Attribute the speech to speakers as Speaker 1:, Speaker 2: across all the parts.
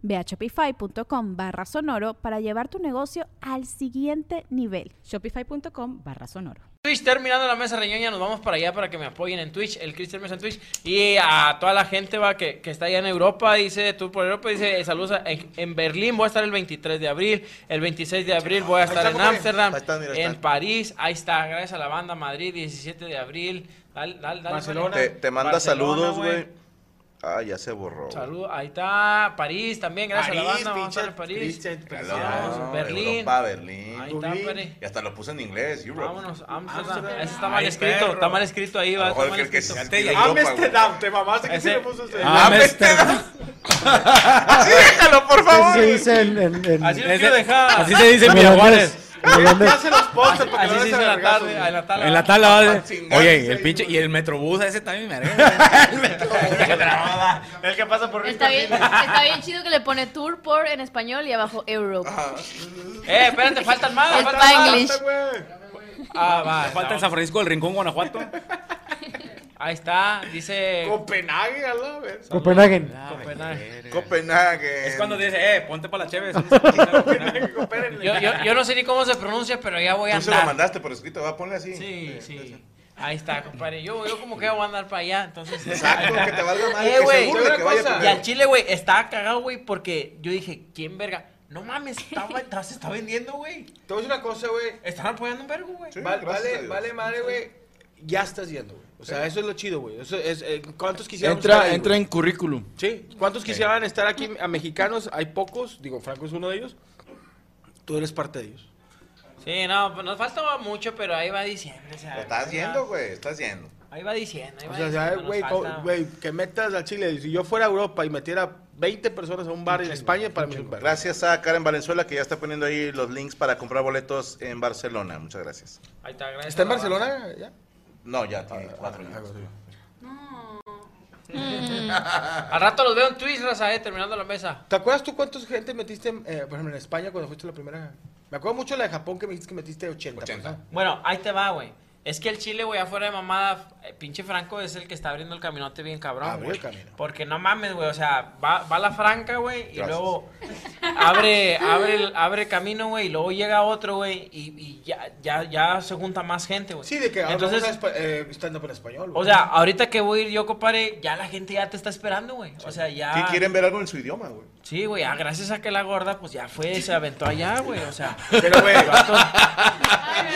Speaker 1: Ve a shopify.com barra sonoro para llevar tu negocio al siguiente nivel.
Speaker 2: Shopify.com barra sonoro.
Speaker 3: Twitch terminando la mesa reñoña, nos vamos para allá para que me apoyen en Twitch, el Cristian Mesa en Twitch y a toda la gente va que, que está allá en Europa, dice tú por Europa, dice eh, saludos a- en, en Berlín, voy a estar el 23 de abril, el 26 de abril voy a estar
Speaker 4: está,
Speaker 3: en
Speaker 4: compadre.
Speaker 3: Ámsterdam,
Speaker 4: Ahí está, mira, ahí
Speaker 3: en
Speaker 4: está.
Speaker 3: París, ahí está, gracias a la banda Madrid, 17 de abril, dale, dale, dale,
Speaker 4: Barcelona.
Speaker 3: dale.
Speaker 4: Te, te manda
Speaker 3: Barcelona,
Speaker 4: saludos, güey. Ah, ya se borró. güey.
Speaker 3: Saludos, ahí está, París también, gracias a la banda, vamos a estar en París.
Speaker 5: Christian,
Speaker 4: Hello,
Speaker 3: Ah, Berlín.
Speaker 4: Europa, Berlín.
Speaker 3: Ahí está,
Speaker 5: Berlín.
Speaker 3: Pari.
Speaker 4: Y hasta lo puse en inglés, Europe.
Speaker 3: Vámonos,
Speaker 4: Ah,
Speaker 3: Ámsterdam.
Speaker 5: Ámsterdam.
Speaker 3: Ese está mal
Speaker 6: Ay,
Speaker 3: escrito,
Speaker 6: perro.
Speaker 3: está mal escrito ahí,
Speaker 4: A
Speaker 3: va.
Speaker 4: lo mejor
Speaker 3: está mal
Speaker 4: que el que se
Speaker 3: escrito.
Speaker 4: escribe Europa, güey.
Speaker 5: Amsterdam, te mamaste que
Speaker 3: Ese- Ah,
Speaker 5: se le puso ese.
Speaker 6: Ah, Amsterdam.
Speaker 4: Así déjalo, por favor.
Speaker 7: Así se dice en, en- en-
Speaker 3: Así lo
Speaker 6: Ese-
Speaker 3: quiero dejar.
Speaker 6: Así se dice en
Speaker 7: en
Speaker 6: Miraguares.
Speaker 7: holandés. En holandés.
Speaker 5: Ya se los postes porque
Speaker 3: Así
Speaker 5: lo
Speaker 3: se
Speaker 5: ves
Speaker 3: hizo en la
Speaker 5: vergazo,
Speaker 3: tarde,
Speaker 5: güey.
Speaker 3: en la tarde. Eh,
Speaker 6: En la tal la-
Speaker 4: Chingarse
Speaker 6: Oye, el
Speaker 4: ahí,
Speaker 6: pinche.
Speaker 4: güey.
Speaker 6: Y el metrobús ese también me agrega.
Speaker 5: El que pasa por
Speaker 8: Está bien,
Speaker 5: Rico.
Speaker 8: está bien chido que le pone tour por en español y abajo Europe.
Speaker 4: Ah,
Speaker 3: Eh, espérate, faltan más.
Speaker 8: El
Speaker 3: faltan
Speaker 8: pan
Speaker 3: más.
Speaker 8: English.
Speaker 5: Basta, güey.
Speaker 3: Ah, va.
Speaker 6: Falta en San Francisco del Rincón, Guanajuato.
Speaker 3: Ahí está, dice. Ah,
Speaker 5: Copenhague, a la vez.
Speaker 7: Copenhagen.
Speaker 3: Copenhague.
Speaker 4: Copenhague.
Speaker 6: Es cuando dice, eh, ponte para la cheve.
Speaker 5: Copenhague.
Speaker 3: Yo, yo, yo no sé ni cómo se pronuncia, pero ya voy a
Speaker 4: Tú se lo
Speaker 3: andar.
Speaker 4: mandaste por escrito, va, ponle así.
Speaker 3: Sí, sí. Ahí está, compadre. Yo, yo como que voy a andar para allá, entonces.
Speaker 4: Exacto, que te valga madre,
Speaker 3: Eh,
Speaker 4: que
Speaker 3: güey,
Speaker 4: se burle,
Speaker 5: otra
Speaker 4: que vaya
Speaker 5: cosa.
Speaker 3: Y al
Speaker 4: primero.
Speaker 3: chile, güey, estaba cagado, güey, porque yo dije, ¿quién verga? No mames, está- está- se está vendiendo, güey.
Speaker 5: Te voy a decir una cosa, güey.
Speaker 3: Están apoyando un vergo, güey.
Speaker 4: Sí,
Speaker 5: Val-
Speaker 4: gracias a
Speaker 5: vale,
Speaker 4: Dios.
Speaker 5: vale, madre, güey. Ya estás yendo, güey. O sea, eso es lo chido, güey. Eso es, eh, ¿Cuántos quisieran estar
Speaker 6: Entra,
Speaker 5: ahí,
Speaker 6: entra
Speaker 5: güey?
Speaker 6: en currículum.
Speaker 5: Sí, ¿cuántos quisieran estar aquí a mexicanos? Hay pocos, digo, Franco es uno de ellos. Tú eres parte de ellos.
Speaker 3: Sí, no, pues nos falta mucho, pero ahí va diciembre. o sea,
Speaker 4: Lo estás
Speaker 3: ahí
Speaker 4: yendo,
Speaker 3: va-
Speaker 4: güey, estás yendo.
Speaker 3: Ahí va diciendo, ahí va
Speaker 5: O sea,
Speaker 3: diciendo,
Speaker 5: ¿sabes,
Speaker 3: nos
Speaker 5: güey,
Speaker 3: falta-
Speaker 5: co- güey, que metas a Chile. Si yo fuera a Europa y metiera 20 personas a un bar en España, para mí es un bar.
Speaker 4: Gracias a Karen Valenzuela que ya está poniendo ahí los links para comprar boletos en Barcelona. Muchas gracias.
Speaker 3: Ahí está, gracias.
Speaker 5: ¿Está en Barcelona ya?
Speaker 4: No, ya tiene cuatro links.
Speaker 3: Al rato los veo en Twitch, raza, eh, terminando la mesa.
Speaker 5: ¿Te acuerdas tú cuántos gente metiste, en, eh, por ejemplo, en España cuando fuiste la primera? Me acuerdo mucho la de Japón que me dijiste que metiste 80.
Speaker 4: 80.
Speaker 5: ¿verdad?
Speaker 3: Bueno, ahí te va, güey. Es que el Chile, güey, afuera de mamada, eh, pinche Franco es el que está abriendo el caminote bien cabrón,
Speaker 5: Abrió
Speaker 3: güey.
Speaker 5: el camino.
Speaker 3: Porque no mames, güey, o sea, va, va la Franca, güey, y
Speaker 4: Gracias.
Speaker 3: luego abre, abre, el- abre camino, güey, y luego llega otro, güey, y, y ya, ya, ya se junta más gente, güey.
Speaker 5: Sí, de que
Speaker 3: Entonces,
Speaker 5: Entonces, eh, stand-up en español.
Speaker 3: o
Speaker 5: güey.
Speaker 3: sea, ahorita que voy a ir yo, compadre, ya la gente ya te está esperando, güey. O sea, ya...
Speaker 4: ¿Qué quieren ver algo en su idioma, güey?
Speaker 3: Sí, güey, ah, gracias a que la gorda, pues ya fue, se aventó allá, güey, o sea.
Speaker 5: Pero, güey,
Speaker 8: Está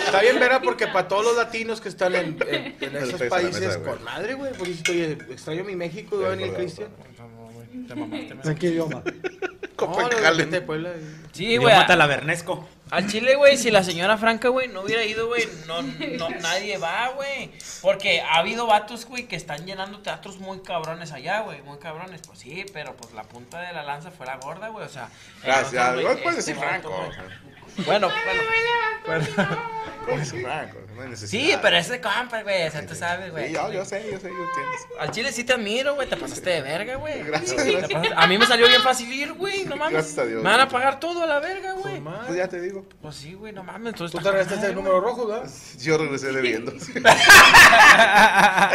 Speaker 5: Está bien, Vera, porque para todos los latinos que están en, en- en
Speaker 4: El
Speaker 5: esos
Speaker 4: pez a la
Speaker 5: países,
Speaker 4: mesa, güey.
Speaker 5: con madre, güey. Porque si estoy, eh, extraño mi México, va a venir Cristian.
Speaker 7: ¿En qué idioma?
Speaker 5: No, no,
Speaker 4: Copenhague.
Speaker 5: gente de Puebla. eh,
Speaker 3: Sí, güey,
Speaker 6: mata
Speaker 3: a-
Speaker 6: la Bernesco.
Speaker 3: al chile, güey, si la señora Franca, güey, no hubiera ido, güey, no, no, nadie va, güey. Porque ha habido vatos, güey, que están llenando teatros muy cabrones allá, güey, muy cabrones. Pues sí, pero pues la punta de la lanza fue la gorda, güey, o sea.
Speaker 4: Gracias.
Speaker 3: entonces,
Speaker 4: Igual
Speaker 3: güey,
Speaker 4: puedes
Speaker 3: este
Speaker 4: decir
Speaker 3: vato,
Speaker 4: Franco.
Speaker 3: güey. Bueno, bueno.
Speaker 4: Puedes decir Franco. No hay necesidad.
Speaker 3: Sí, pero ese compa, güey, o sea, tú sabes, güey.
Speaker 4: Sí, yo, yo sé, yo sé, yo entiendo.
Speaker 3: Al chile sí te admiro, güey. Te pasaste de verga, güey.
Speaker 4: Gracias,
Speaker 3: Te
Speaker 4: gracias.
Speaker 3: pasaste- A mí me salió bien fácil ir, güey. No mames.
Speaker 4: Gracias a Dios.
Speaker 3: Me van a pagar todo a la verga, güey.
Speaker 4: Pues ya este te digo.
Speaker 3: Pues sí, güey, no mames. Entonces
Speaker 5: Tú te
Speaker 3: está con
Speaker 5: regresaste
Speaker 3: madre,
Speaker 5: el número rojo, ¿verdad?
Speaker 4: Yo regresé debiendo. Al
Speaker 3: güey.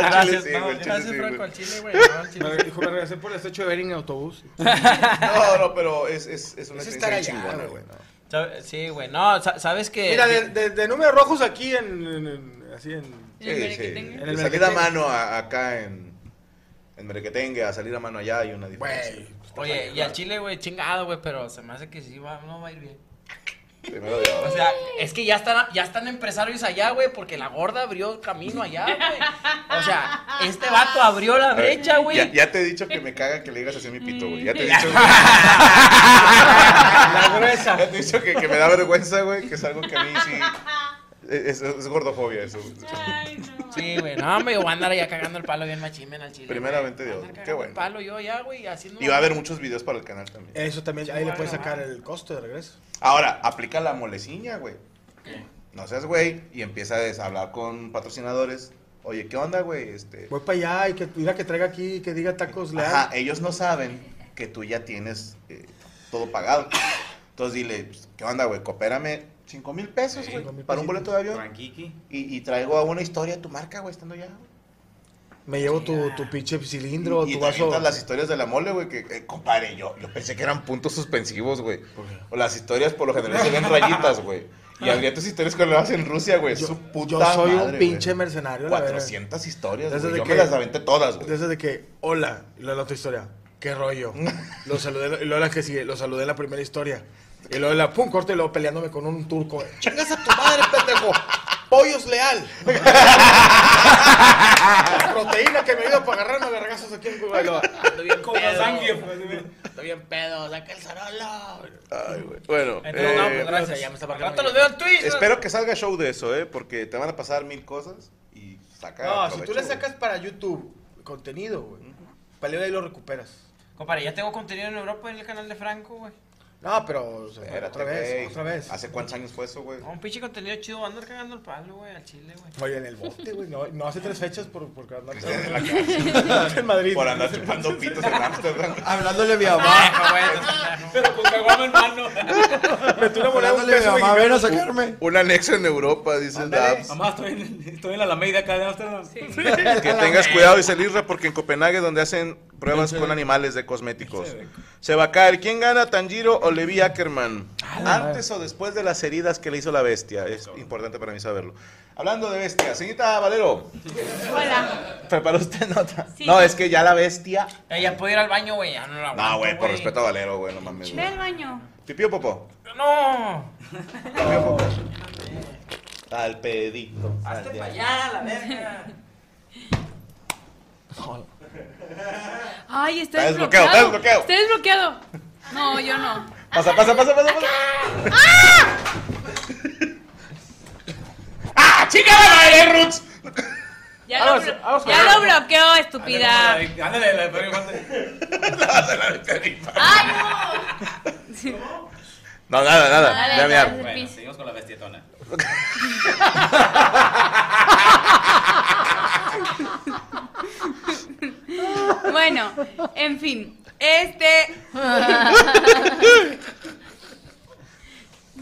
Speaker 4: chile
Speaker 3: Gracias,
Speaker 4: sí,
Speaker 3: no,
Speaker 4: güey, al chile
Speaker 3: gracias,
Speaker 4: sí,
Speaker 3: Franco.
Speaker 4: güey.
Speaker 3: Al chile, güey. no, al
Speaker 5: Me
Speaker 3: chile.
Speaker 5: dijo, me regresé por el estrecho de Bering en autobús.
Speaker 4: No, no, pero es, es, es una
Speaker 5: Es
Speaker 4: experiencia
Speaker 5: estar allá,
Speaker 4: chingona,
Speaker 5: güey.
Speaker 4: güey.
Speaker 3: Sabe- Sí, güey. No, sa- sabes que.
Speaker 5: Mira, de, de- de números rojos aquí en, en- en- así en...
Speaker 4: Sí, sí.
Speaker 5: En
Speaker 4: De
Speaker 5: el
Speaker 4: salir a
Speaker 5: Merequetengue.
Speaker 4: mano a- acá en, en Merequetengue, a salir a mano allá hay una diferencia.
Speaker 5: Güey.
Speaker 3: Oye, y al chile, güey, chingado, güey. Pero se me hace que sí, va, no va a ir bien.
Speaker 4: Primero Dios.
Speaker 3: O sea, es que ya están, ya están empresarios allá, güey, porque la gorda abrió camino allá, güey. O sea, este vato abrió la
Speaker 4: A ver,
Speaker 3: brecha, güey.
Speaker 4: Ya,
Speaker 3: Mm.
Speaker 4: ya te he dicho que me caga que le digas así a mi pito, güey. Ya te he dicho.
Speaker 5: La gruesa.
Speaker 4: Ya te he dicho que, que me da vergüenza, güey, que es algo que a mí sí. Es, es- es gordofobia eso.
Speaker 3: Sí, güey, no, hombre, yo voy a andar allá cagando el palo bien machimen al chile. güey.
Speaker 4: Primeramente
Speaker 3: Voy a
Speaker 4: Dios,
Speaker 3: andar
Speaker 4: qué
Speaker 3: cagando
Speaker 4: bueno.
Speaker 3: El palo yo allá, güey, haciendo.
Speaker 4: Y va a haber muchos videos para el canal también.
Speaker 5: Eso también, ahí le puedes sacar el costo de regreso.
Speaker 4: Ahora, aplica la moleciña, güey. No seas güey y empieza a hablar con patrocinadores. Oye, ¿qué onda, güey? Este,
Speaker 5: Voy para allá y que mira que traiga aquí y que diga tacos leal.
Speaker 4: Ajá, ellos no saben que tú ya tienes eh, todo pagado. Entonces dile, pues, ¿qué onda, güey? Coopérame 5 mil pesos,
Speaker 6: Sí,
Speaker 4: güey,
Speaker 5: cinco mil
Speaker 4: para un boleto de avión.
Speaker 6: Tranquiqui.
Speaker 4: Y, y traigo a una historia de tu marca, güey, estando ya. güey.
Speaker 5: Me llevo tu, tu pinche cilindro,
Speaker 4: y
Speaker 5: tu
Speaker 4: te
Speaker 5: vaso.
Speaker 4: avientas las historias de la mole, güey, que, eh, compadre, yo, yo pensé que eran puntos suspensivos, güey. O las historias por lo general se ven rayitas, güey. Y habría tus historias cuando vas en Rusia, güey.
Speaker 5: Yo,
Speaker 4: Su puta
Speaker 5: yo soy
Speaker 4: madre,
Speaker 5: un
Speaker 4: güey.
Speaker 5: pinche mercenario, la verdad.
Speaker 4: 400 historias,
Speaker 5: Desde
Speaker 4: güey. Yo
Speaker 5: que-
Speaker 4: me las aventé todas, güey.
Speaker 5: Desde de que, hola, y luego la otra historia. ¿Qué rollo? Lo saludé, y luego la que sigue, lo saludé en la primera historia. Y luego la, pum, corte, y luego peleándome con un turco. ¡Chingas a tu madre, pendejo! ¡Pollos leal! la proteína que me ayuda para agarrarme a vergazos aquí en Cuba. Y luego,
Speaker 3: Estoy bien
Speaker 6: Como
Speaker 3: pedo.
Speaker 6: sangre, pues,
Speaker 3: Estoy bien pedo, saca el
Speaker 5: Ah,
Speaker 3: zarolo.
Speaker 4: Ay, güey. Bueno,
Speaker 6: Entonces, no, pues,
Speaker 4: eh,
Speaker 6: gracias, ya me está
Speaker 3: Al rato
Speaker 6: marcando.
Speaker 3: los veo en Twitch. ¿no?
Speaker 4: Espero que salga show de eso, ¿eh? Porque te van a pasar mil cosas y saca.
Speaker 5: No, si tú
Speaker 4: provecho,
Speaker 5: le
Speaker 4: güey.
Speaker 5: sacas para YouTube contenido, güey, pelea y lo recuperas.
Speaker 3: Compadre, ya tengo contenido en Europa en el canal de Franco, güey.
Speaker 5: No, pero o sea,
Speaker 4: Espérate,
Speaker 5: otra vez,
Speaker 4: güey.
Speaker 5: otra vez.
Speaker 4: ¿Hace cuántos años fue eso, güey?
Speaker 3: No, Un pinche contenido chido, va a andar cagando el palo, güey, al chile, güey.
Speaker 5: Oye, en el bote, güey. No, no hace tres fechas por, por andar andar en Madrid.
Speaker 4: Por andar chupando pitos en Amsterdam. güey.
Speaker 7: Hablándole a mi mamá.
Speaker 3: Ah, güey, entonces,
Speaker 6: Pero con caguama en mano.
Speaker 5: Metí una moneda, un
Speaker 7: Hablándole a mi
Speaker 5: peso
Speaker 7: mamá, ven
Speaker 5: mexicano.
Speaker 7: a sacarme.
Speaker 4: Un anexo en Europa, dice el
Speaker 5: Ándale.
Speaker 4: Dabs.
Speaker 6: Mamá, estoy en, estoy en la Alameda acá de Amsterdam.
Speaker 4: Que tengas cuidado, dice Lirra, porque en Copenhague donde hacen pruebas con animales de cosméticos. Se va a caer. ¿Quién gana, Tanjiro o Levi Ackerman? Antes o después de las heridas que le hizo la bestia. Es importante para mí saberlo. Hablando de bestia, señorita Valero,
Speaker 8: Hola.
Speaker 4: ¿preparó usted nota?
Speaker 8: Sí.
Speaker 4: No, es que ya la bestia.
Speaker 3: Ella puede Eh, ir al baño, güey, ya no la aguanto,
Speaker 4: No, güey, por respeto a Valero, güey, no mames.
Speaker 8: Ve
Speaker 4: güey.
Speaker 8: al baño.
Speaker 4: Pipí o popó.
Speaker 3: No.
Speaker 4: Pipí o popó. Al pedito. al
Speaker 3: Hazte
Speaker 4: diablo.
Speaker 3: para allá, la verga.
Speaker 8: Ay, está,
Speaker 4: Está desbloqueado,
Speaker 8: desbloqueado.
Speaker 4: está desbloqueado.
Speaker 8: Está desbloqueado. No, yo no.
Speaker 4: Pasa, pasa, pasa, pasa, pasa. ¡Ah! ¡Chica la madre, Roots!
Speaker 8: Ya, lo, blo- ya lo bloqueó, estúpida.
Speaker 6: Ándale, la perro, ándale.
Speaker 8: ¡Ay,
Speaker 4: No, nada, nada.
Speaker 8: Dale,
Speaker 4: ya, mira.
Speaker 8: dale.
Speaker 6: Bueno, seguimos con la bestietona.
Speaker 8: no! Bueno, en fin. Este.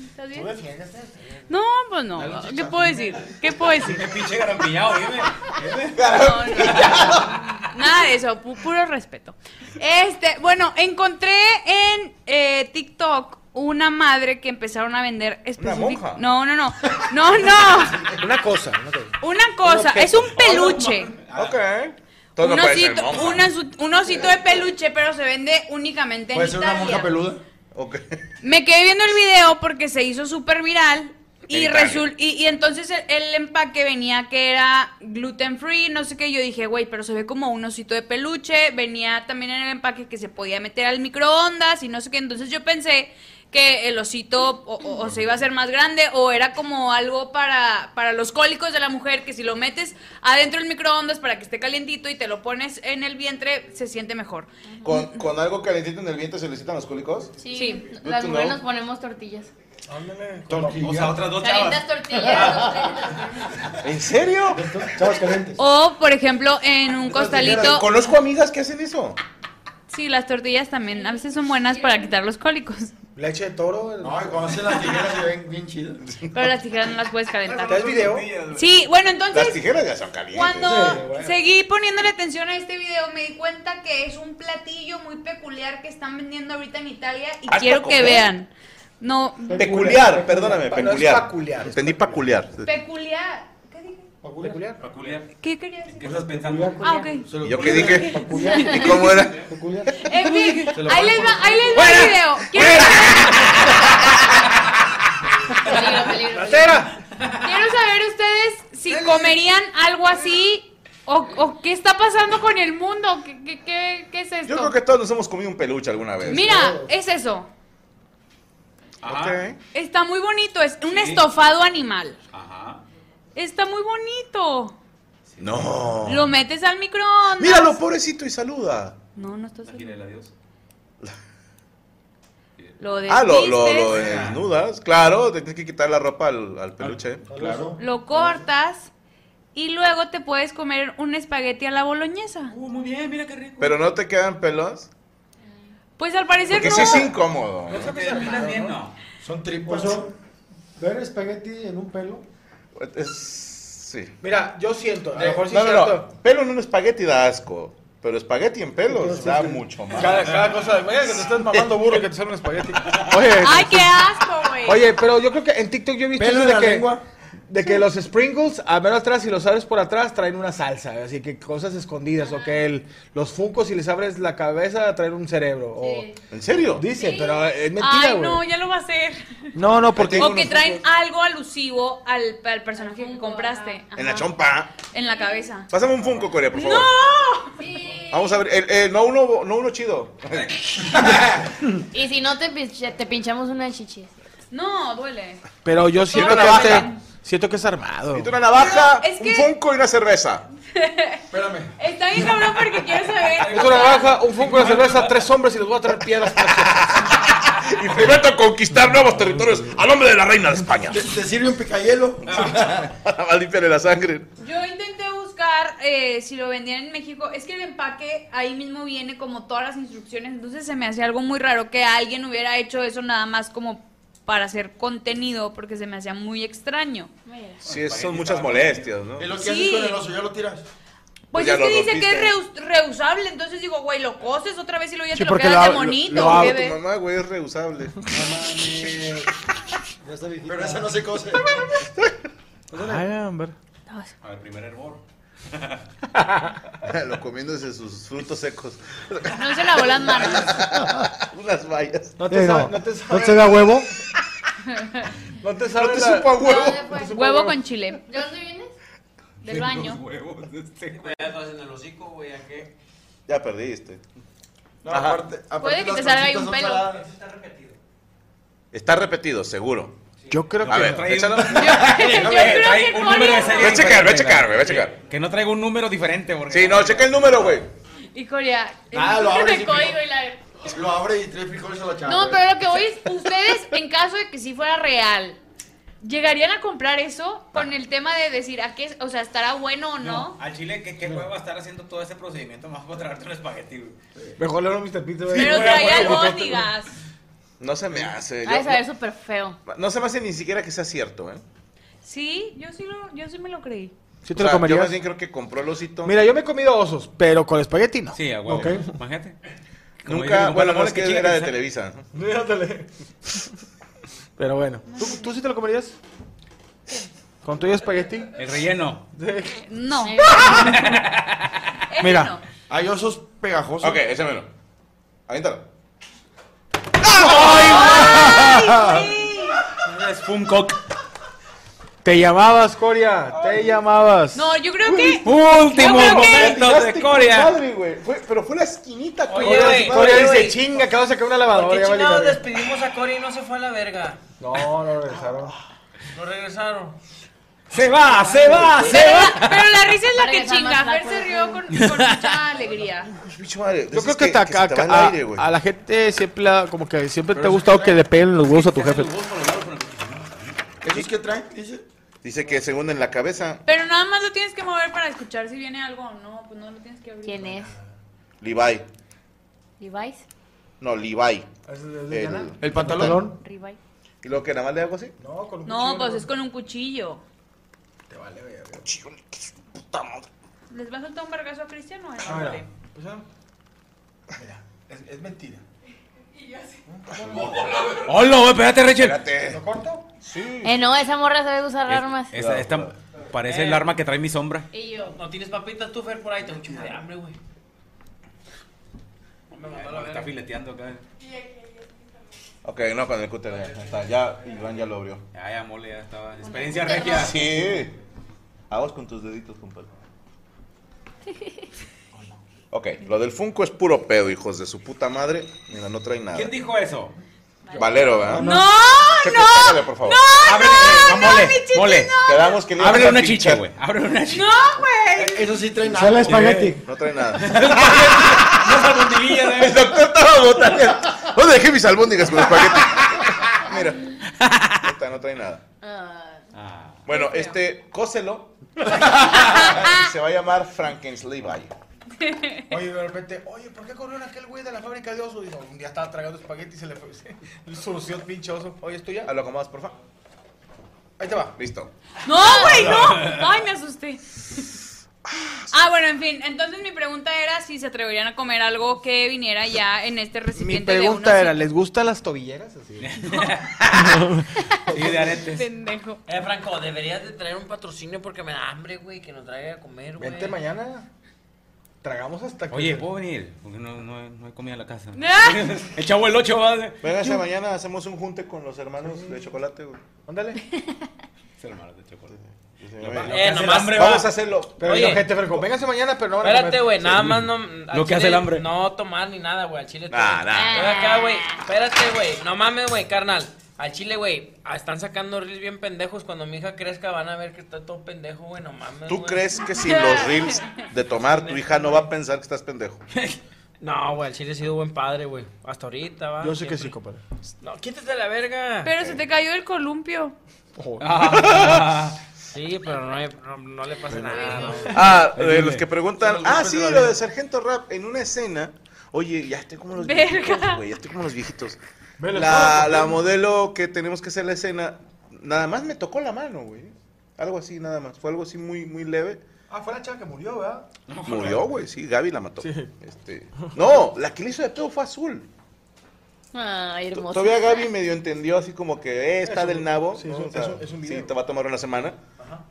Speaker 8: ¿Estás bien? No, pues no. ¿Qué puedo decir? ¿Qué puedo decir?
Speaker 6: Qué pinche garampillado, dime.
Speaker 8: No, no, no. Nada de eso, pu- puro respeto. Este, bueno, encontré en eh, TikTok una madre que empezaron a vender específic-
Speaker 4: monja?
Speaker 8: No, no, no. No, no.
Speaker 5: Una cosa, una cosa.
Speaker 8: Una cosa, es un peluche.
Speaker 4: Ok. Todo
Speaker 8: Un
Speaker 4: no puede ser
Speaker 8: osito,
Speaker 4: monja.
Speaker 8: un osu- un osito de peluche, pero se vende únicamente en
Speaker 7: Puede ser una monja
Speaker 8: Italia.
Speaker 7: peluda.
Speaker 4: Ok.
Speaker 8: Me quedé viendo el video porque se hizo súper viral. Y,
Speaker 4: En Italia.
Speaker 8: resul- y, y entonces el, el empaque venía que era gluten free, no sé qué. Yo dije, güey, pero se ve como un osito de peluche. Venía también en el empaque que se podía meter al microondas y no sé qué. Entonces yo pensé que el osito o, o- o se iba a hacer más grande o era como algo para, para los cólicos de la mujer que si lo metes adentro del microondas para que esté calientito y te lo pones en el vientre se siente mejor.
Speaker 4: ¿Con, con algo calentito en el viento se le citan los cólicos?
Speaker 9: Sí,
Speaker 8: Sí.
Speaker 9: las
Speaker 4: Good to
Speaker 9: mujeres
Speaker 4: know.
Speaker 9: nos ponemos tortillas.
Speaker 6: O sea, otras dos chavas.
Speaker 9: Calientas tortillas. dos, tres.
Speaker 4: ¿En serio?
Speaker 7: Chavos calientes.
Speaker 8: O, por ejemplo, en un costalito... Ah,
Speaker 4: Conozco amigas que hacen eso.
Speaker 8: Sí, las tortillas también a veces son buenas para quitar los cólicos,
Speaker 5: Leche de toro. el-
Speaker 7: No, y cuando hacen las tijeras se ven bien chidas.
Speaker 8: pero las tijeras no las puedes
Speaker 5: ¿Está el
Speaker 8: calentar.
Speaker 5: video?
Speaker 8: Sí, bueno,
Speaker 4: Las
Speaker 8: entonces
Speaker 4: tijeras ya son calientes.
Speaker 8: cuando
Speaker 5: Sí, bueno.
Speaker 8: seguí poniéndole atención a este video me di cuenta que es un platillo muy peculiar que están vendiendo ahorita en Italia y
Speaker 4: ¿Has
Speaker 8: quiero
Speaker 4: pa'
Speaker 8: que
Speaker 4: comer?
Speaker 8: vean. No,
Speaker 4: Peculiar, perdóname,
Speaker 5: No, es
Speaker 4: peculiar.
Speaker 5: peculiar, es
Speaker 4: Entendí peculiar.
Speaker 8: peculiar. ¿Qué dije?
Speaker 5: Peculiar.
Speaker 6: Peculiar.
Speaker 8: ¿Qué quería decir?
Speaker 6: ¿Qué estás pensando?
Speaker 8: Ah, ok.
Speaker 4: ¿Y yo qué dije? ¿Y cómo era?
Speaker 8: En fin, ahí les va, ahí les va el video. Quiero que vean-
Speaker 9: Peligro, peligro.
Speaker 5: ¡Ratera!
Speaker 8: Quiero saber ustedes si comerían algo así o, o qué está pasando con el mundo. ¿Qué, qué- qué- qué es esto?
Speaker 4: Yo creo que todos nos hemos comido un peluche alguna vez.
Speaker 8: Mira, es eso.
Speaker 6: Ajá.
Speaker 4: Ok.
Speaker 8: Está muy bonito. Es un
Speaker 6: Sí.
Speaker 8: estofado animal.
Speaker 6: Ajá.
Speaker 8: Está muy bonito.
Speaker 4: No.
Speaker 8: Lo metes al microondas.
Speaker 4: Oh. Míralo, pobrecito, y saluda.
Speaker 8: No, no estás.
Speaker 6: Imagina el adiós.
Speaker 8: Lo
Speaker 4: Ah, lo, lo, lo
Speaker 8: desvistes,
Speaker 4: desnudas. Claro, te tienes que quitar la ropa al, al peluche.
Speaker 7: Claro.
Speaker 8: lo cortas y luego te puedes comer un espagueti a la boloñesa.
Speaker 6: Uh, muy bien, mira qué rico.
Speaker 4: Pero no te quedan pelos.
Speaker 8: Pues al parecer
Speaker 4: Porque
Speaker 8: no.
Speaker 4: sí es incómodo.
Speaker 6: No se me depilas bien, no.
Speaker 7: Son
Speaker 10: Por
Speaker 7: tripas.
Speaker 10: eso, ver espagueti en un pelo.
Speaker 4: Es, sí.
Speaker 5: Mira, yo siento, a lo mejor sí
Speaker 4: No,
Speaker 5: es
Speaker 4: no,
Speaker 5: cierto.
Speaker 4: no. Pelo en un espagueti da asco. Pero espagueti en pelos da mucho más.
Speaker 5: Cada, cada cosa, mira que te estás mamando burro y que te sale un espagueti.
Speaker 4: Oye,
Speaker 8: Ay, qué asco, güey.
Speaker 5: Oye, pero yo creo que en TikTok yo he visto
Speaker 7: Pelo en
Speaker 5: eso de
Speaker 7: la
Speaker 5: que,
Speaker 7: lengua.
Speaker 5: de que los sprinkles, a menos atrás, si los abres por atrás, traen una salsa. Así que cosas escondidas. O que el- los funcos, si les abres la cabeza, traen un cerebro.
Speaker 9: Sí.
Speaker 4: ¿En serio?
Speaker 5: O, dice, pero es mentira,
Speaker 8: Ay,
Speaker 5: güey.
Speaker 8: no, ya lo va a hacer.
Speaker 5: no, no, porque...
Speaker 8: O que traen algo alusivo al, al personaje que compraste.
Speaker 4: En la
Speaker 8: Ajá.
Speaker 4: chompa.
Speaker 8: En la cabeza.
Speaker 4: Pásame un Funko, Corea, por favor.
Speaker 9: Sí.
Speaker 4: Vamos a ver. el- el- no, uno, no uno chido.
Speaker 9: Y si no, te, pinche- te pinchamos una chichis.
Speaker 8: No, duele.
Speaker 5: Pero yo siento
Speaker 4: una
Speaker 5: que, este,
Speaker 4: navaja.
Speaker 5: siento que es armado.
Speaker 4: Necesito una navaja,
Speaker 8: No, es que-
Speaker 4: un Funko y una cerveza.
Speaker 7: Espérame.
Speaker 8: Está bien cabrón porque quiero saber.
Speaker 5: Es una navaja, un funko, una cerveza, tres hombres y les voy a traer piedras preciosas.
Speaker 4: Y prometo conquistar nuevos territorios al hombre de la reina de España.
Speaker 7: ¿Te, te sirve un picayelo?
Speaker 4: Va a limpiarle la sangre.
Speaker 8: Yo intenté buscar eh, si lo vendían en México. Es que el empaque ahí mismo viene como todas las instrucciones. Entonces se me hacía algo muy raro que alguien hubiera hecho eso nada más como para hacer contenido porque se me hacía muy extraño.
Speaker 4: Sí, es- son muchas molestias, ¿no?
Speaker 7: ¿Y
Speaker 4: Yo
Speaker 7: lo que
Speaker 8: Sí.
Speaker 7: haces con el oso? ¿Ya lo tiras?
Speaker 8: Pues,
Speaker 4: Pues ya
Speaker 8: es que
Speaker 4: lo
Speaker 8: dice que es
Speaker 4: rompiste.
Speaker 8: reus- reusable, entonces digo, güey, lo coses otra vez y luego ya
Speaker 5: Sí,
Speaker 8: te lo
Speaker 5: porque
Speaker 8: quedas
Speaker 5: lo
Speaker 8: de
Speaker 5: ab-
Speaker 8: bonito.
Speaker 5: lo ab-
Speaker 8: bebé.
Speaker 4: tu mamá, güey, es reusable.
Speaker 10: Ya está viejita.
Speaker 7: Pero esa no se cose.
Speaker 5: Ay, hombre.
Speaker 6: A ver, primer hervor.
Speaker 4: lo comiéndose sus frutos secos.
Speaker 8: No se lavó las manos.
Speaker 4: Unas vallas.
Speaker 5: No
Speaker 10: Eh,
Speaker 5: te
Speaker 10: no,
Speaker 5: sabes, no te
Speaker 10: ¿no se ve
Speaker 5: sabes.
Speaker 10: a huevo?
Speaker 5: No te
Speaker 4: No
Speaker 5: sabes.
Speaker 4: te
Speaker 5: la-
Speaker 4: supo a huevo.
Speaker 8: Huevo con chile.
Speaker 9: ¿De dónde vienes?
Speaker 8: Del
Speaker 6: Los
Speaker 8: baño.
Speaker 6: huevos de este güey.
Speaker 3: Ya estás en el hocico, güey, ¿a qué?
Speaker 4: Ya perdiste.
Speaker 7: No, aparte, aparte
Speaker 8: Puede que
Speaker 7: las
Speaker 8: te salga ahí
Speaker 7: conchitas
Speaker 8: un
Speaker 7: son
Speaker 8: pelo.
Speaker 7: saladas.
Speaker 4: Está repetido, seguro.
Speaker 5: Yo creo
Speaker 4: A
Speaker 5: que.
Speaker 4: ver,
Speaker 5: no.
Speaker 6: Trae un-
Speaker 4: échalo.
Speaker 8: Yo
Speaker 6: Oye,
Speaker 8: creo
Speaker 6: trae
Speaker 8: que
Speaker 6: un
Speaker 8: Corea-
Speaker 6: número de serie
Speaker 4: Ve a checar, ve a
Speaker 6: diferente.
Speaker 4: checar, ve a checar.
Speaker 6: Que no traiga un número diferente, porque.
Speaker 4: Sí, no, checa el número, güey.
Speaker 8: Y Corea.
Speaker 7: Ah, lo abres y
Speaker 8: código
Speaker 7: pico.
Speaker 8: y la-
Speaker 7: Lo abre y tres frijoles a la chava.
Speaker 8: No, pero lo que voy es, ustedes, en caso de que sí fuera real, ¿llegarían a comprar eso con el tema de decir, ¿a qué, o sea, estará bueno o no?
Speaker 6: Al chile, ¿qué, qué huevo va a estar haciendo todo ese procedimiento más para traerte un espagueti, güey?
Speaker 5: Mejor le hablo a Mr. Pete, güey.
Speaker 8: Pero
Speaker 5: Voy a- voy
Speaker 8: traía
Speaker 5: a-
Speaker 8: albóndigas.
Speaker 4: No se me hace. yo-
Speaker 9: Ay, saber súper feo.
Speaker 4: no se me hace ni siquiera que sea cierto, ¿eh?
Speaker 8: Sí, yo sí, lo, yo sí me lo creí.
Speaker 5: ¿Sí
Speaker 4: O
Speaker 5: te
Speaker 4: sea,
Speaker 5: lo
Speaker 4: Yo
Speaker 5: comerías?
Speaker 4: más bien creo que compró el osito.
Speaker 5: Mira, yo me he comido osos, pero con espagueti no.
Speaker 6: Sí, a huevo.
Speaker 5: Ok.
Speaker 6: Imagínate. Como dice mi
Speaker 4: Nunca,
Speaker 6: compa, la
Speaker 4: bueno,
Speaker 6: mole
Speaker 4: no es que
Speaker 6: chinga
Speaker 4: era de
Speaker 6: sa-
Speaker 4: Televisa.
Speaker 5: Pues, Pero bueno. ¿Tú, tú sí te lo comerías? ¿Con tuyo espagueti?
Speaker 6: El relleno.
Speaker 8: No. Ese
Speaker 5: Mira.
Speaker 8: no.
Speaker 7: Hay osos pegajosos.
Speaker 5: pues,
Speaker 4: Ok, échamelo. Aviéntalo.
Speaker 6: Es Funko.
Speaker 5: Te llamabas, Coria. Te llamabas.
Speaker 8: No, yo creo que.
Speaker 5: pues.
Speaker 8: Yo
Speaker 6: Último
Speaker 8: creo que-
Speaker 6: momento de Corea.
Speaker 4: Madre, güey. Fue- Pero fue la esquinita,
Speaker 3: Oye,
Speaker 5: Coria,
Speaker 3: güey,
Speaker 5: Coria
Speaker 3: oye,
Speaker 5: dice,
Speaker 3: güey.
Speaker 5: chinga, acabo de sacar una
Speaker 3: ¿Por
Speaker 5: lavadora.
Speaker 3: qué
Speaker 5: ya vale
Speaker 3: chingados
Speaker 5: madre".
Speaker 3: despedimos a Cory y no se fue a la verga?
Speaker 5: No, no regresaron.
Speaker 4: Ah,
Speaker 3: No regresaron.
Speaker 6: Se va, se va, se
Speaker 8: Pero
Speaker 6: va.
Speaker 8: la, pero la risa es la que
Speaker 9: Regresamos
Speaker 8: chinga.
Speaker 9: a la
Speaker 8: Fer se rió con, con mucha alegría.
Speaker 4: Bicho Pues, madre,
Speaker 5: Yo
Speaker 4: es
Speaker 5: creo que, te-
Speaker 4: se te va el
Speaker 5: a,
Speaker 4: aire, güey.
Speaker 5: a la gente siempre, la- como que siempre te ha gustado que le peguen los huevos a tu jefe.
Speaker 7: ¿Esos que traen? Dice.
Speaker 4: Dice que según en la cabeza,
Speaker 8: Pero nada más lo tienes que mover para escuchar si viene algo o no. Pues no lo tienes que abrir.
Speaker 9: ¿Quién es?
Speaker 4: Levi.
Speaker 9: ¿Levi's?
Speaker 4: No, Levi. El-
Speaker 7: ¿El pantalón?
Speaker 9: ¿Revive?
Speaker 4: y luego que nada más le hago así.
Speaker 5: No, con
Speaker 8: No, pues es con un cuchillo.
Speaker 4: Puta madre.
Speaker 8: ¿Les va a soltar un vergazo a Cristian o a
Speaker 5: Ah,
Speaker 8: Emanuel?
Speaker 7: Mira, es, es mentira.
Speaker 6: Hola, güey, espérate, Rachel.
Speaker 4: Espérate.
Speaker 7: corto?
Speaker 9: Eh, no, esa morra sabe usar armas.
Speaker 6: Esta, esta parece el arma que trae mi sombra.
Speaker 9: Y yo.
Speaker 3: ¿No tienes papitas tú, Fer, por ahí? Tengo un chingo de hambre, güey. No me mató la
Speaker 6: Está
Speaker 3: verga.
Speaker 6: fileteando acá.
Speaker 4: Ok, no, con el cúter ya. ya Está, ya Iván ya lo abrió.
Speaker 6: Ya, ya, mole, ya estaba. Experiencia regia.
Speaker 4: Sí. A vos con tus deditos, compadre. Ok, lo del Funko es puro pedo, hijos de su puta madre. Mira, no trae nada.
Speaker 6: ¿Quién dijo eso?
Speaker 4: Valero, ¿verdad?
Speaker 6: No,
Speaker 4: Secretaria, por favor.
Speaker 6: Ábrele,
Speaker 4: no,
Speaker 6: mole,
Speaker 4: mi chichi,
Speaker 6: mole.
Speaker 4: Quedamos que le íbamos
Speaker 6: Ábrele
Speaker 4: a
Speaker 6: una
Speaker 4: pinchar.
Speaker 6: chicha, güey. Ábrele una chicha.
Speaker 8: No, güey.
Speaker 7: Eso sí trae nada.
Speaker 10: Sale espagueti.
Speaker 4: No trae nada. El doctor estaba botando. ¿Dónde dejé mis albóndigas con los paquetes? Mira. Esta no trae nada.
Speaker 6: Ah,
Speaker 4: Bueno, este, cóselo. Y se va a llamar Franken's Levi.
Speaker 5: Oye, de repente, oye, ¿por qué corrieron aquel güey de la fábrica de osos? Dijo, un día estaba tragando espagueti y se le fue. Se, le surció el pinche oso. Oye, ¿es tuya?
Speaker 4: A lo acomodas, por favor.
Speaker 5: Ahí te va.
Speaker 4: Listo.
Speaker 8: No, güey, no. Ay, me asusté. Ah, bueno, en fin. Entonces mi pregunta era si se atreverían a comer algo que viniera ya en este
Speaker 5: Mi
Speaker 8: recipiente
Speaker 5: pregunta
Speaker 8: de
Speaker 5: era, ¿les gustan las tobilleras? Así.
Speaker 6: Sí, de aretes.
Speaker 8: Pendejo.
Speaker 3: Eh, Franco, deberías de traer un patrocinio porque me da hambre, güey, que nos traiga a comer, güey.
Speaker 5: Vente mañana. Tragamos hasta que.
Speaker 6: Oye, ¿puedo venir? Porque no, no, no hay comida en la casa.
Speaker 8: Ah.
Speaker 6: El chavo el 8 va. a-
Speaker 4: Véngase, mañana hacemos un junte con los hermanos de chocolate. güey.
Speaker 5: Ándale.
Speaker 6: Se lo de chocolate.
Speaker 3: Eh,
Speaker 6: hace el
Speaker 3: nomás
Speaker 6: hambre,
Speaker 4: Vamos
Speaker 6: va.
Speaker 4: a hacerlo.
Speaker 5: Pero
Speaker 3: Oye.
Speaker 5: yo, gente, Franco, véngase mañana, pero no van a
Speaker 3: Espérate,
Speaker 5: comer.
Speaker 3: güey, nada
Speaker 5: Sí.
Speaker 3: más no.
Speaker 6: Lo
Speaker 3: al
Speaker 6: que hace el
Speaker 3: chile
Speaker 6: hambre.
Speaker 3: No tomar ni nada, güey, al chile.
Speaker 4: Nah,
Speaker 3: todo-
Speaker 4: nah.
Speaker 3: Ven acá, güey. Espérate, güey. No mames, güey, carnal. Al chile, güey. ah, Están sacando reels bien pendejos. Cuando mi hija crezca, van a ver que está todo pendejo, güey. No
Speaker 7: Ah,
Speaker 3: mames.
Speaker 4: ¿Tú
Speaker 3: güey.
Speaker 4: crees que sin los reels de tomar, tu hija no va a pensar que estás pendejo?
Speaker 3: No, güey, al chile he sido buen padre, güey. Hasta ahorita, va.
Speaker 5: Yo sé que sí,
Speaker 3: siempre.
Speaker 5: compadre.
Speaker 3: No, quítate la verga.
Speaker 8: Pero se te cayó el columpio.
Speaker 6: Ah,
Speaker 3: Sí, pero no, hay- no- no le pasa nada. güey.
Speaker 4: Ah, de
Speaker 6: dime.
Speaker 4: los que preguntan,
Speaker 7: Son los
Speaker 4: ah,
Speaker 7: golpes
Speaker 4: sí,
Speaker 7: de la
Speaker 4: lo
Speaker 7: vida".
Speaker 4: de Sargento Rap en una escena. Oye, ya estoy como los
Speaker 8: Verga.
Speaker 4: viejitos, güey, ya estoy como los viejitos.
Speaker 5: Velo,
Speaker 4: La,
Speaker 5: todo,
Speaker 4: la
Speaker 5: todo.
Speaker 4: modelo que tenemos que hacer la escena, nada más me tocó la mano, güey. Algo así, nada más. Fue algo así muy, muy leve.
Speaker 5: Ah, fue la chava que murió, ¿verdad?
Speaker 4: Murió, güey, sí, Gaby la mató. Este, no, la que le hizo de pedo fue Azul.
Speaker 9: Ay, hermoso.
Speaker 4: Todavía Gaby medio entendió así como que eh,
Speaker 5: Es
Speaker 4: está
Speaker 5: un-
Speaker 4: del nabo.
Speaker 5: sí,
Speaker 4: ¿no?
Speaker 5: es un-
Speaker 4: O sea,
Speaker 5: es un- es un video.
Speaker 4: sí, te va a tomar una semana.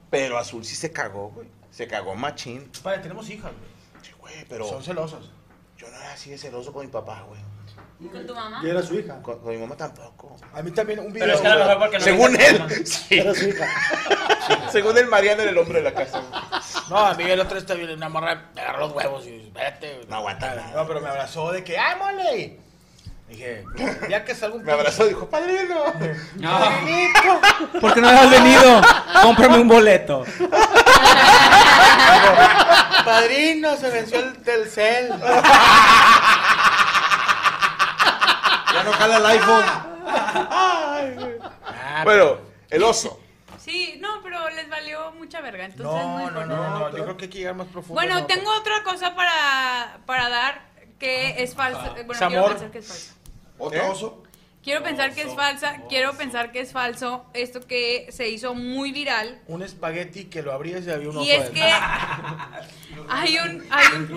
Speaker 4: Pero Azul sí se cagó, güey. Se cagó machín.
Speaker 5: Padre, tenemos hijas, güey.
Speaker 4: Sí, güey, pero
Speaker 5: Son celosos.
Speaker 4: yo no era así de celoso con mi papá, güey.
Speaker 8: ¿Con tu mamá?
Speaker 10: Y era su hija.
Speaker 4: Con, con mi mamá tampoco.
Speaker 5: A mí también un video.
Speaker 3: Pero es que a lo mejor porque no
Speaker 4: Según
Speaker 3: me-
Speaker 4: él, sí.
Speaker 10: Era su hija.
Speaker 4: Según el Mariano era el hombre de la casa. güey.
Speaker 7: No, a mí el otro está bien, una morra me agarró los huevos y espérate.
Speaker 4: No aguanta nada.
Speaker 5: No, pero me abrazó de que, ¡ay, mole! Dije, ya que salgo un
Speaker 4: Me abrazó y dijo, padrino.
Speaker 6: ah. ¿Por qué no has venido? Cómprame un boleto.
Speaker 5: Padrino, se venció el Telcel.
Speaker 7: Ya no cala el iPhone.
Speaker 4: Bueno, el oso.
Speaker 8: Sí, no, pero les valió mucha verga. Entonces no,
Speaker 5: No, no, no,
Speaker 8: importa.
Speaker 5: no, yo creo que hay que llegar más profundo.
Speaker 8: Bueno,
Speaker 5: ¿no?
Speaker 8: tengo otra cosa para, para dar
Speaker 5: Ah,
Speaker 8: que es falsa. Bueno, quiero
Speaker 5: Zamor.
Speaker 8: pensar que es falsa.
Speaker 7: ¿Otro
Speaker 4: ¿Eh?
Speaker 7: oso?
Speaker 8: Quiero pensar que es falsa. Quiero pensar que es falso esto que se hizo muy viral.
Speaker 5: Un espagueti que lo abrías y había un oso.
Speaker 8: Y es que
Speaker 5: adentro.
Speaker 8: hay un, hay un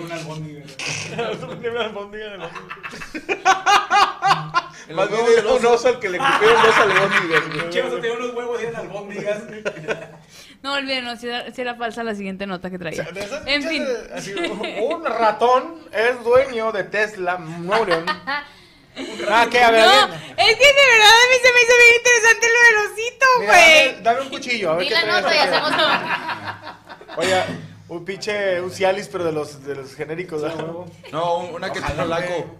Speaker 4: Más bien era un oso al que le cupieron dos albóndigas. güey.
Speaker 8: no olviden, si era, si era falsa la siguiente nota que traía.
Speaker 5: De esas
Speaker 8: En fin,
Speaker 5: pinches, así, un ratón es dueño de Tesla, Morion. Ah, ¿qué? A ver,
Speaker 8: no,
Speaker 5: a
Speaker 8: es
Speaker 5: ver.
Speaker 8: que de verdad a mí se me hizo bien interesante lo del osito,
Speaker 5: Mira, dame,
Speaker 8: güey.
Speaker 5: dame un cuchillo, a ver
Speaker 9: Di
Speaker 5: qué
Speaker 9: la
Speaker 5: trae.
Speaker 9: nota y hacemos todo.
Speaker 5: Oye, un pinche, un Cialis, pero de los, de los genéricos. ¿verdad?
Speaker 7: No, un- una que terolaco.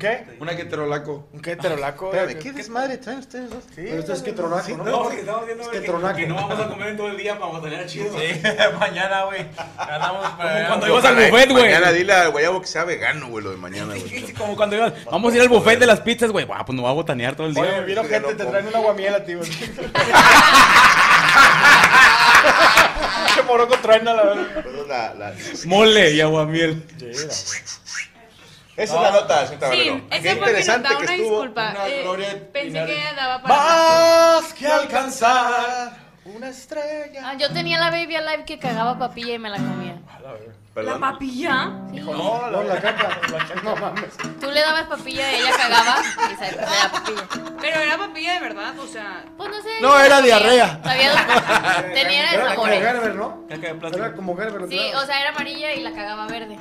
Speaker 5: ¿Qué?
Speaker 7: Una que terolaco.
Speaker 5: ¿Un qué terolaco?
Speaker 4: Espérame, ¿qué desmadre traen ustedes dos?
Speaker 5: Sí,
Speaker 10: Pero esto es que
Speaker 5: no, no,
Speaker 10: tronaco,
Speaker 5: sí,
Speaker 10: ¿no?
Speaker 5: no,
Speaker 10: es
Speaker 5: sí.
Speaker 10: que, tronaco.
Speaker 6: vamos a comer en todo el día para tener chido.
Speaker 3: Sí, mañana, güey. Ganamos para.
Speaker 6: Cuando ibas al
Speaker 4: Ojalá,
Speaker 6: buffet,
Speaker 4: Mañana
Speaker 6: güey.
Speaker 4: dile al guayabo que sea vegano, güey, lo de mañana, güey.
Speaker 6: Como cuando ibas. Vamos a ir al buffet de las pizzas, güey. Buah, pues no va a botanear todo el
Speaker 5: Oye,
Speaker 6: día.
Speaker 5: vino
Speaker 4: Sí,
Speaker 5: gente,
Speaker 4: no,
Speaker 5: te
Speaker 4: como.
Speaker 5: traen una guamiela, tío. Qué moroco traen a la verdad.
Speaker 4: Pero la- la- Esa
Speaker 6: Mole y aguamiel.
Speaker 4: es la nota, señorita Valero.
Speaker 8: Sí,
Speaker 4: Qué
Speaker 8: esa fue mi
Speaker 4: interesante
Speaker 8: nota,
Speaker 4: que
Speaker 8: una
Speaker 4: estuvo.
Speaker 8: disculpa.
Speaker 7: una
Speaker 8: eh,
Speaker 7: gloria
Speaker 8: pensé que
Speaker 7: binaria.
Speaker 8: daba para.
Speaker 5: ¡Ah! Más que alcanzar una estrella.
Speaker 9: Ah, yo tenía la Baby Alive que cagaba papilla y me la comía.
Speaker 8: ¿La
Speaker 4: Perdón.
Speaker 8: papilla?
Speaker 9: Sí.
Speaker 5: No,
Speaker 10: No, la caca. No mames.
Speaker 9: Tú le dabas papilla y ella cagaba y se la papilla.
Speaker 8: Pero era papilla de verdad, o sea.
Speaker 9: Pues no sé.
Speaker 7: No, era diarrea.
Speaker 9: Sabía dos- Tenía de
Speaker 10: Era como
Speaker 9: sabores.
Speaker 10: Gerber, ¿no? Era como Gerber.
Speaker 11: Eh, ah,
Speaker 9: Sí, o sea, era amarilla y la cagaba verde.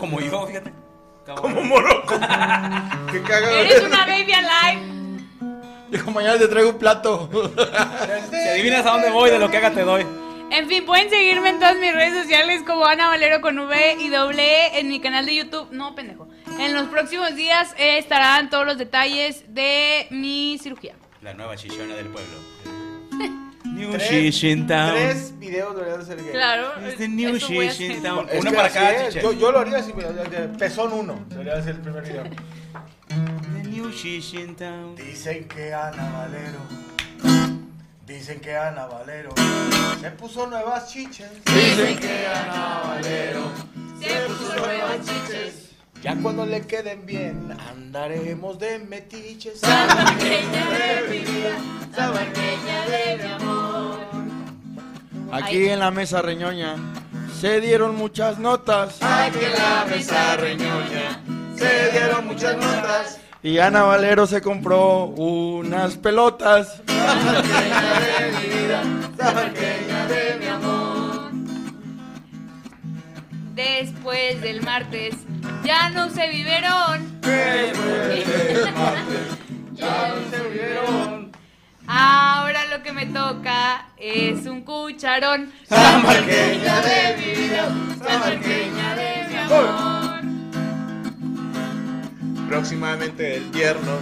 Speaker 6: como yo, fíjate.
Speaker 4: Como moroco. Qué cagado.
Speaker 8: Eres una baby alive.
Speaker 12: Dijo, mañana te traigo un plato.
Speaker 6: Si adivinas a dónde voy, de lo que haga te doy.
Speaker 8: En fin, pueden seguirme en todas mis redes sociales como Ana Valero con V y doble E en mi canal de YouTube. No, pendejo. En los próximos días eh, estarán todos los detalles de mi cirugía.
Speaker 11: La nueva chichona del pueblo.
Speaker 6: New
Speaker 11: Tres-
Speaker 6: shish in town.
Speaker 11: tres
Speaker 5: videos deberían de ser gay.
Speaker 8: Claro, It's
Speaker 11: Este
Speaker 8: the new eso voy a shit in hacer. town.
Speaker 5: Es
Speaker 8: Uno
Speaker 5: que
Speaker 8: para
Speaker 5: así
Speaker 8: cada
Speaker 5: es.
Speaker 8: teacher.
Speaker 5: Yo, yo lo haría así, pero de- de pezón uno. Debería ser el primer video. Dicen que Ana Valero. Dicen que Ana Valero se puso nuevas chiches. Dicen que Ana Valero se puso nuevas chiches. Ya cuando le queden bien, andaremos de metiches.
Speaker 8: Sabanqueña
Speaker 5: de mi vida,
Speaker 8: sabanqueña de mi amor.
Speaker 12: Aquí en la mesa reñoña se dieron muchas notas.
Speaker 5: que la mesa reñoña se dieron muchas notas.
Speaker 12: Y Ana Valero se compró unas pelotas.
Speaker 5: Sabanqueña de mi vida, sabanqueña de mi
Speaker 8: amor. Después del martes ya no se viveron. Ahora lo que me toca es un cucharón.
Speaker 5: Sabanqueña de
Speaker 8: mi vida, sabanqueña de mi amor.
Speaker 4: Próximamente el yerno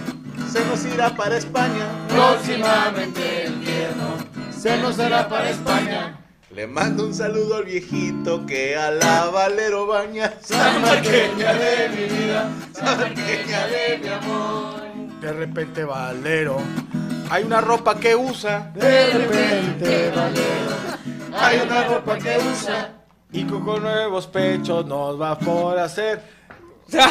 Speaker 4: se nos irá para España.
Speaker 5: Próximamente el tierno se nos hará para España.
Speaker 4: Le mando un saludo al viejito que a la Valero baña.
Speaker 5: Sabanqueña de mi vida, sabanqueña de mi amor. De repente Valero, hay una ropa que usa. De repente Valero, hay una ropa que usa.
Speaker 12: Y con nuevos pechos nos va por hacer.
Speaker 5: No,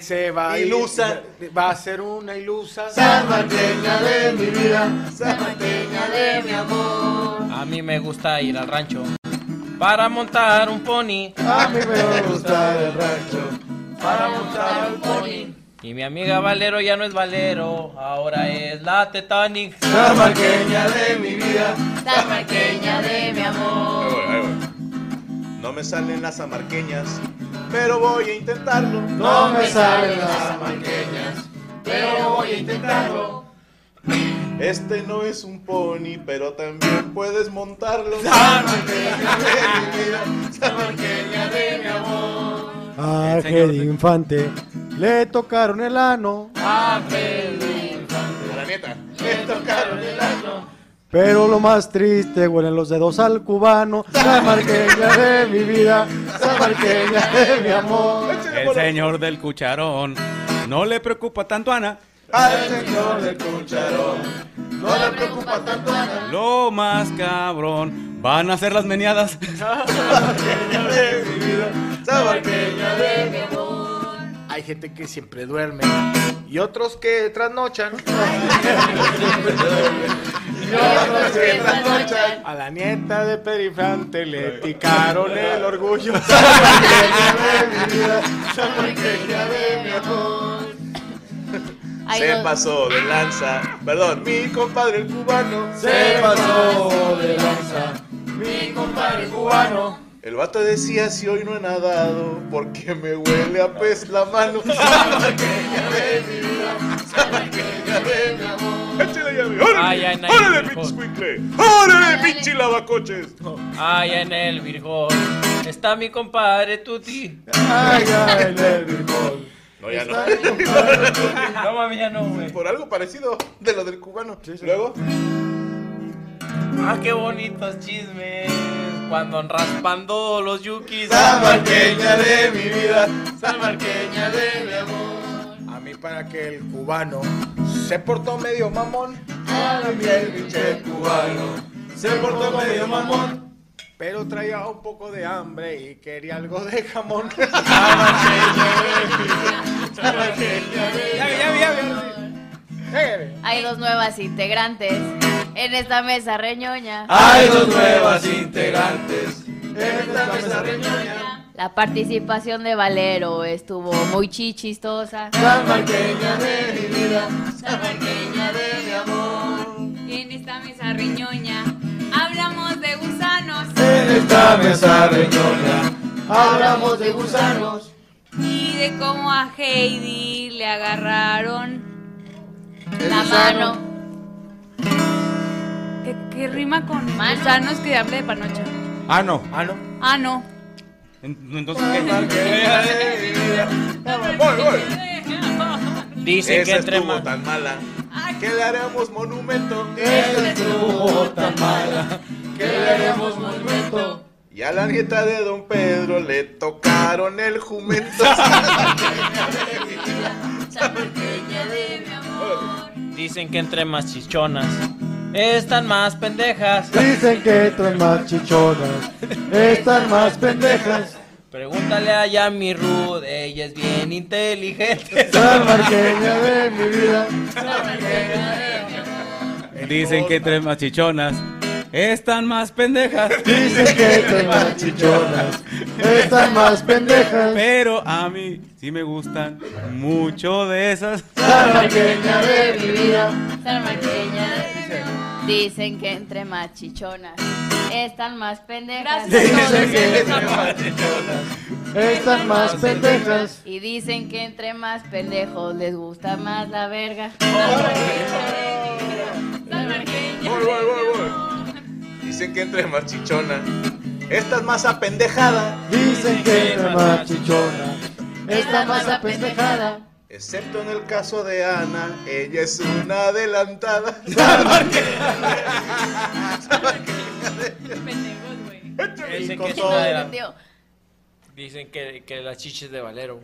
Speaker 5: se va a ir-
Speaker 12: Ilusa.
Speaker 5: va a ser una ilusa. Sabanqueña de mi vida, sabanqueña de mi amor.
Speaker 3: A mí me gusta ir al rancho para montar un pony.
Speaker 5: A mí me gusta el rancho.
Speaker 3: Para montar un pony. Y mi amiga Valero ya no es Valero, ahora es la Titanic.
Speaker 5: Sabanqueña de mi vida.
Speaker 8: Sabanqueña de mi
Speaker 4: Ahí
Speaker 8: amor.
Speaker 4: voy, ahí voy. No me salen las amarqueñas, pero voy a intentarlo.
Speaker 5: No me salen las sabanqueñas, pero voy a intentarlo.
Speaker 4: Este no es un pony, pero también puedes montarlo.
Speaker 5: Sabanqueña de mi vida, sabanqueña de mi amor.
Speaker 12: A Ángel Infante le tocaron el ano,
Speaker 5: A la neta. Me tocaron el ano.
Speaker 12: pero lo más triste huelen los dedos al cubano. Samarqueña de mi vida, Samarqueña de mi amor.
Speaker 11: El señor del cucharón. No le preocupa tanto a Ana.
Speaker 5: Al señor del cucharón. No le preocupa tanto a nadie.
Speaker 11: Lo más cabrón. Van a hacer las meneadas.
Speaker 5: Sabanqueña de mi vida, sabanqueña de mi amor. Hay gente que siempre duerme y otros que trasnochan. y otros que trasnochan. A la nieta de Perifante le picaron el orgullo. Sabanqueña de mi vida, sabanqueña de mi amor.
Speaker 4: Se pasó de lanza. Perdón, mi compadre el cubano.
Speaker 5: Se pasó de lanza, mi compadre cubano.
Speaker 4: El vato decía si hoy no he nadado, porque me huele a pez la mano.
Speaker 5: Sabanqueña de mi vida, sabanqueña de mi amor.
Speaker 3: Ay, ay,
Speaker 4: ¡Órale,
Speaker 3: ay,
Speaker 4: ¡Órale,
Speaker 3: mejor.
Speaker 4: pinche escuincle! ¡Órale, pinche lavacoches!
Speaker 3: Ay, en el Virgón está mi compadre Tuti.
Speaker 5: Ay, ay, el virgón.
Speaker 4: No, ya no.
Speaker 3: No mami, ya no, güey.
Speaker 4: Por algo parecido de lo del cubano. Luego,
Speaker 3: Ah, qué bonitos chismes. Cuando raspando los yukis.
Speaker 4: Ah,
Speaker 5: Sabanqueña de mi vida, sabanqueña de mi amor. A mí para que el cubano se portó medio mamón. A mí el pinche cubano se portó medio mamón. Pero traía un poco de hambre y quería algo de jamón. Sabanqueña de mi vida,
Speaker 9: Hay dos nuevas integrantes en esta mesa reñoña.
Speaker 5: Hay dos nuevas integrantes en esta mesa reñoña.
Speaker 9: La participación de Valero estuvo muy chi- chistosa.
Speaker 5: Sabanqueña de mi vida, sabanqueña de mi amor.
Speaker 8: En esta mesa riñoña hablamos de gusanos.
Speaker 5: En esta mesa reñoña hablamos de gusanos.
Speaker 8: y de cómo a Heidi le agarraron la
Speaker 9: gusano.
Speaker 8: mano. ¿Qué, qué rima con gusanos que hable de panocha?
Speaker 11: Ah, no.
Speaker 5: Ah, no.
Speaker 8: Ah, no.
Speaker 11: En- Entonces, ¿qué?
Speaker 3: Dice
Speaker 4: Esa
Speaker 3: que entre
Speaker 4: estuvo
Speaker 3: ma-
Speaker 4: tan mala. Que le haremos monumento.
Speaker 10: Esa
Speaker 4: estuvo tan mala.
Speaker 10: Que le haremos monumento.
Speaker 4: Y a la nieta de don Pedro le tocaron el jumento.
Speaker 3: Dicen que entre más chichonas están más pendejas.
Speaker 12: Dicen que traen más chichonas, están más pendejas.
Speaker 3: Pregúntale a Yami Ruth, ella es bien inteligente.
Speaker 12: San Marqueña de mi vida.
Speaker 11: Dicen que entre más chichonas están más pendejas.
Speaker 12: Dicen que traen más chichonas, están más pendejas.
Speaker 11: Pero a mí sí me gustan mucho de esas.
Speaker 9: Salmarqueña de mi vida. Salmarqueña de mi vida. Dicen que entre más chichonas están más pendejas.
Speaker 12: Dicen que entre más chichonas, están más pendejas.
Speaker 9: Y dicen que entre más pendejos les gusta más la verga.
Speaker 4: Voy, voy, voy, voy. Dicen que entre más chichona. Esta es más apendejada.
Speaker 12: Dicen que traen más chichonas, están más apendejada.
Speaker 4: Excepto en el caso de Ana, ella es una adelantada.
Speaker 3: Dicen que, es
Speaker 4: Con
Speaker 3: una
Speaker 4: todo.
Speaker 3: de las- Dicen que- que las chiches de Valero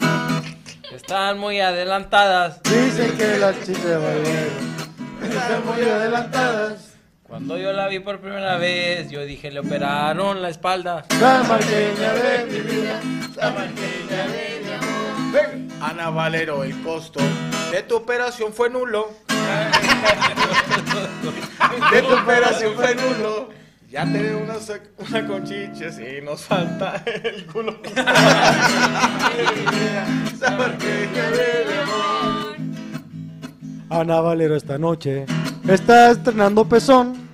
Speaker 3: están muy adelantadas.
Speaker 12: Dicen que las chichas de Valero están muy adelantadas.
Speaker 3: Cuando yo la vi por primera vez, yo dije, le operaron la espalda.
Speaker 12: San Marqueña de mi vida.
Speaker 5: Ana Valero, el costo de tu operación fue nulo.
Speaker 4: De tu operación fue nulo.
Speaker 5: Ya te veo una, sac- una con chiches y nos falta el culo.
Speaker 12: Ana Valero esta noche está estrenando pezón.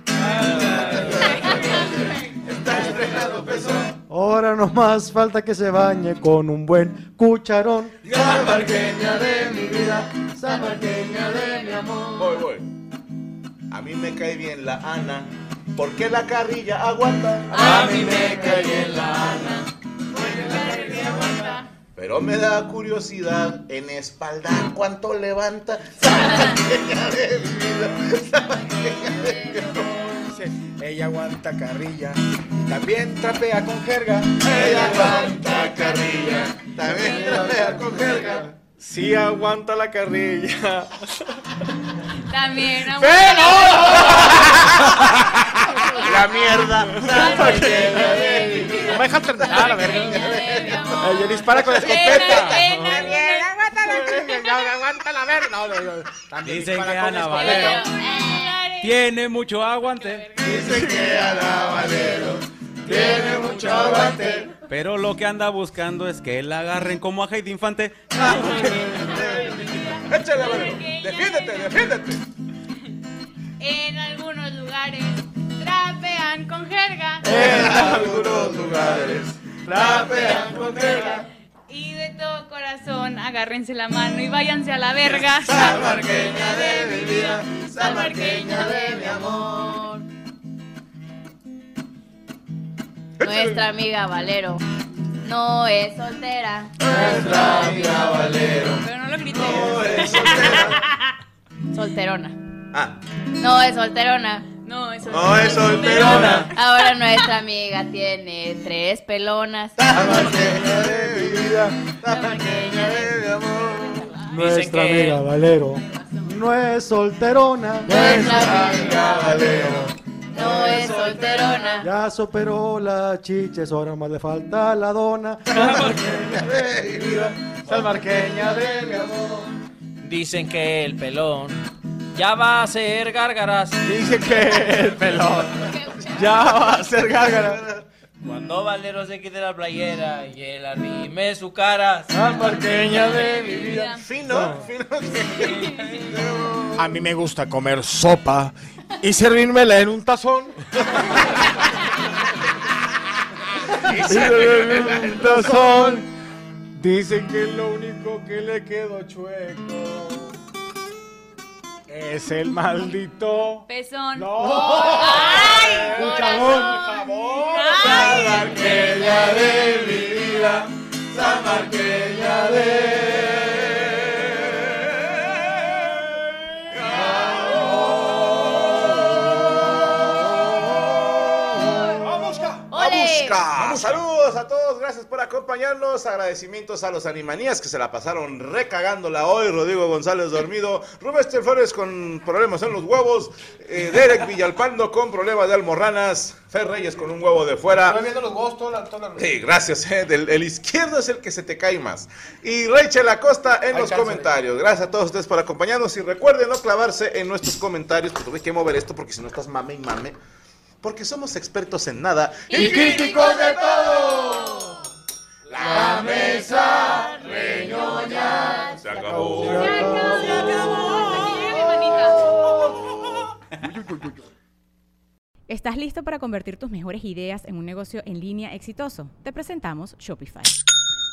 Speaker 12: Ahora no más falta que se bañe con un buen cucharón.
Speaker 10: San Marqueña de mi vida, San Marqueña de mi amor.
Speaker 4: Voy, voy. A mí me cae bien la Ana, porque la carrilla aguanta. A mí me cae bien la Ana, pero me da curiosidad en espalda cuánto levanta. Salvajeña de mi vida, salvajeña de mi amor.
Speaker 5: Dice, Ella aguanta carrilla y también trapea con jerga.
Speaker 4: Ella aguanta carrilla, también trapea con jerga.
Speaker 5: Sí aguanta la carrilla.
Speaker 8: También.
Speaker 4: La mierda.
Speaker 5: Salvajeña de mi vida. No me deja terminar, la verga. Ella dispara con la escopeta. Aguanta la verga. No, no, no. También
Speaker 11: Dicen
Speaker 5: dispara
Speaker 11: que
Speaker 5: con
Speaker 11: Ana
Speaker 5: escopeta.
Speaker 11: Valero tiene mucho aguante.
Speaker 4: Dicen que Ana Valero
Speaker 10: tiene mucho aguante.
Speaker 11: Pero lo que anda buscando es que la agarren como a Heidi Infante.
Speaker 4: Échale, Valero. Defiéndete, defiéndete.
Speaker 8: En algunos lugares trapean con jerga
Speaker 4: En algunos lugares trapean con jerga.
Speaker 8: y de todo corazón agárrense la mano y váyanse a la verga.
Speaker 4: Salmarqueña de mi vida,
Speaker 8: salmarqueña
Speaker 10: de mi amor.
Speaker 9: Nuestra amiga Valero no es soltera.
Speaker 10: Nuestra amiga Valero.
Speaker 8: Pero no lo grité.
Speaker 9: Solterona.
Speaker 4: Ah.
Speaker 9: No es solterona.
Speaker 8: No es
Speaker 4: No es solterona.
Speaker 9: Ahora nuestra amiga tiene tres pelonas.
Speaker 4: Salmarqueña de mi vida, salmarqueña de mi amor.
Speaker 12: Nuestra amiga Valero no es solterona.
Speaker 9: Nuestra
Speaker 4: amiga Valero
Speaker 9: no es solterona.
Speaker 12: Ya superó las chiches, ahora más le falta la dona.
Speaker 4: de mi vida, salmarqueña de mi amor.
Speaker 3: Dicen que el pelón ya va a ser gárgaras.
Speaker 5: Dicen que el pelón ya va a ser gárgara.
Speaker 3: Cuando Valero se quite la playera y él arrime su cara.
Speaker 5: Salmarqueña de mi vida. Ah.
Speaker 4: Fino, fino.
Speaker 5: A mí me gusta comer sopa y servírmela en un tazón.
Speaker 10: Y servírmela en un tazón.
Speaker 5: Dicen que lo único que le quedó chueco es el maldito.
Speaker 8: Pezón.
Speaker 5: No.
Speaker 8: ¡Ay!
Speaker 10: Un
Speaker 5: Samarqueña
Speaker 10: de mi vida, Samarqueña de.
Speaker 4: Vamos, Saludos a todos, gracias por acompañarnos. Agradecimientos a los animanías que se la pasaron recagándola hoy. Rodrigo González dormido, Rubén Flores con problemas en los huevos, eh, Derek Villalpando con problemas de almorranas, Fer Reyes con un huevo de fuera.
Speaker 5: Estoy viendo los huevos toda la, toda la-
Speaker 4: Sí, gracias. eh, del- el izquierdo es el que se te cae más. Y Rachel Acosta en los comentarios. Gracias a todos ustedes por acompañarnos y recuerden no clavarse en nuestros comentarios. Porque hay que mover esto porque si no estás mame y mame. Porque somos expertos en nada.
Speaker 10: Y críticos de todo. La mesa reñoña.
Speaker 4: Se acabó.
Speaker 2: ¿Estás listo para convertir tus mejores ideas en un negocio en línea exitoso? Te presentamos Shopify.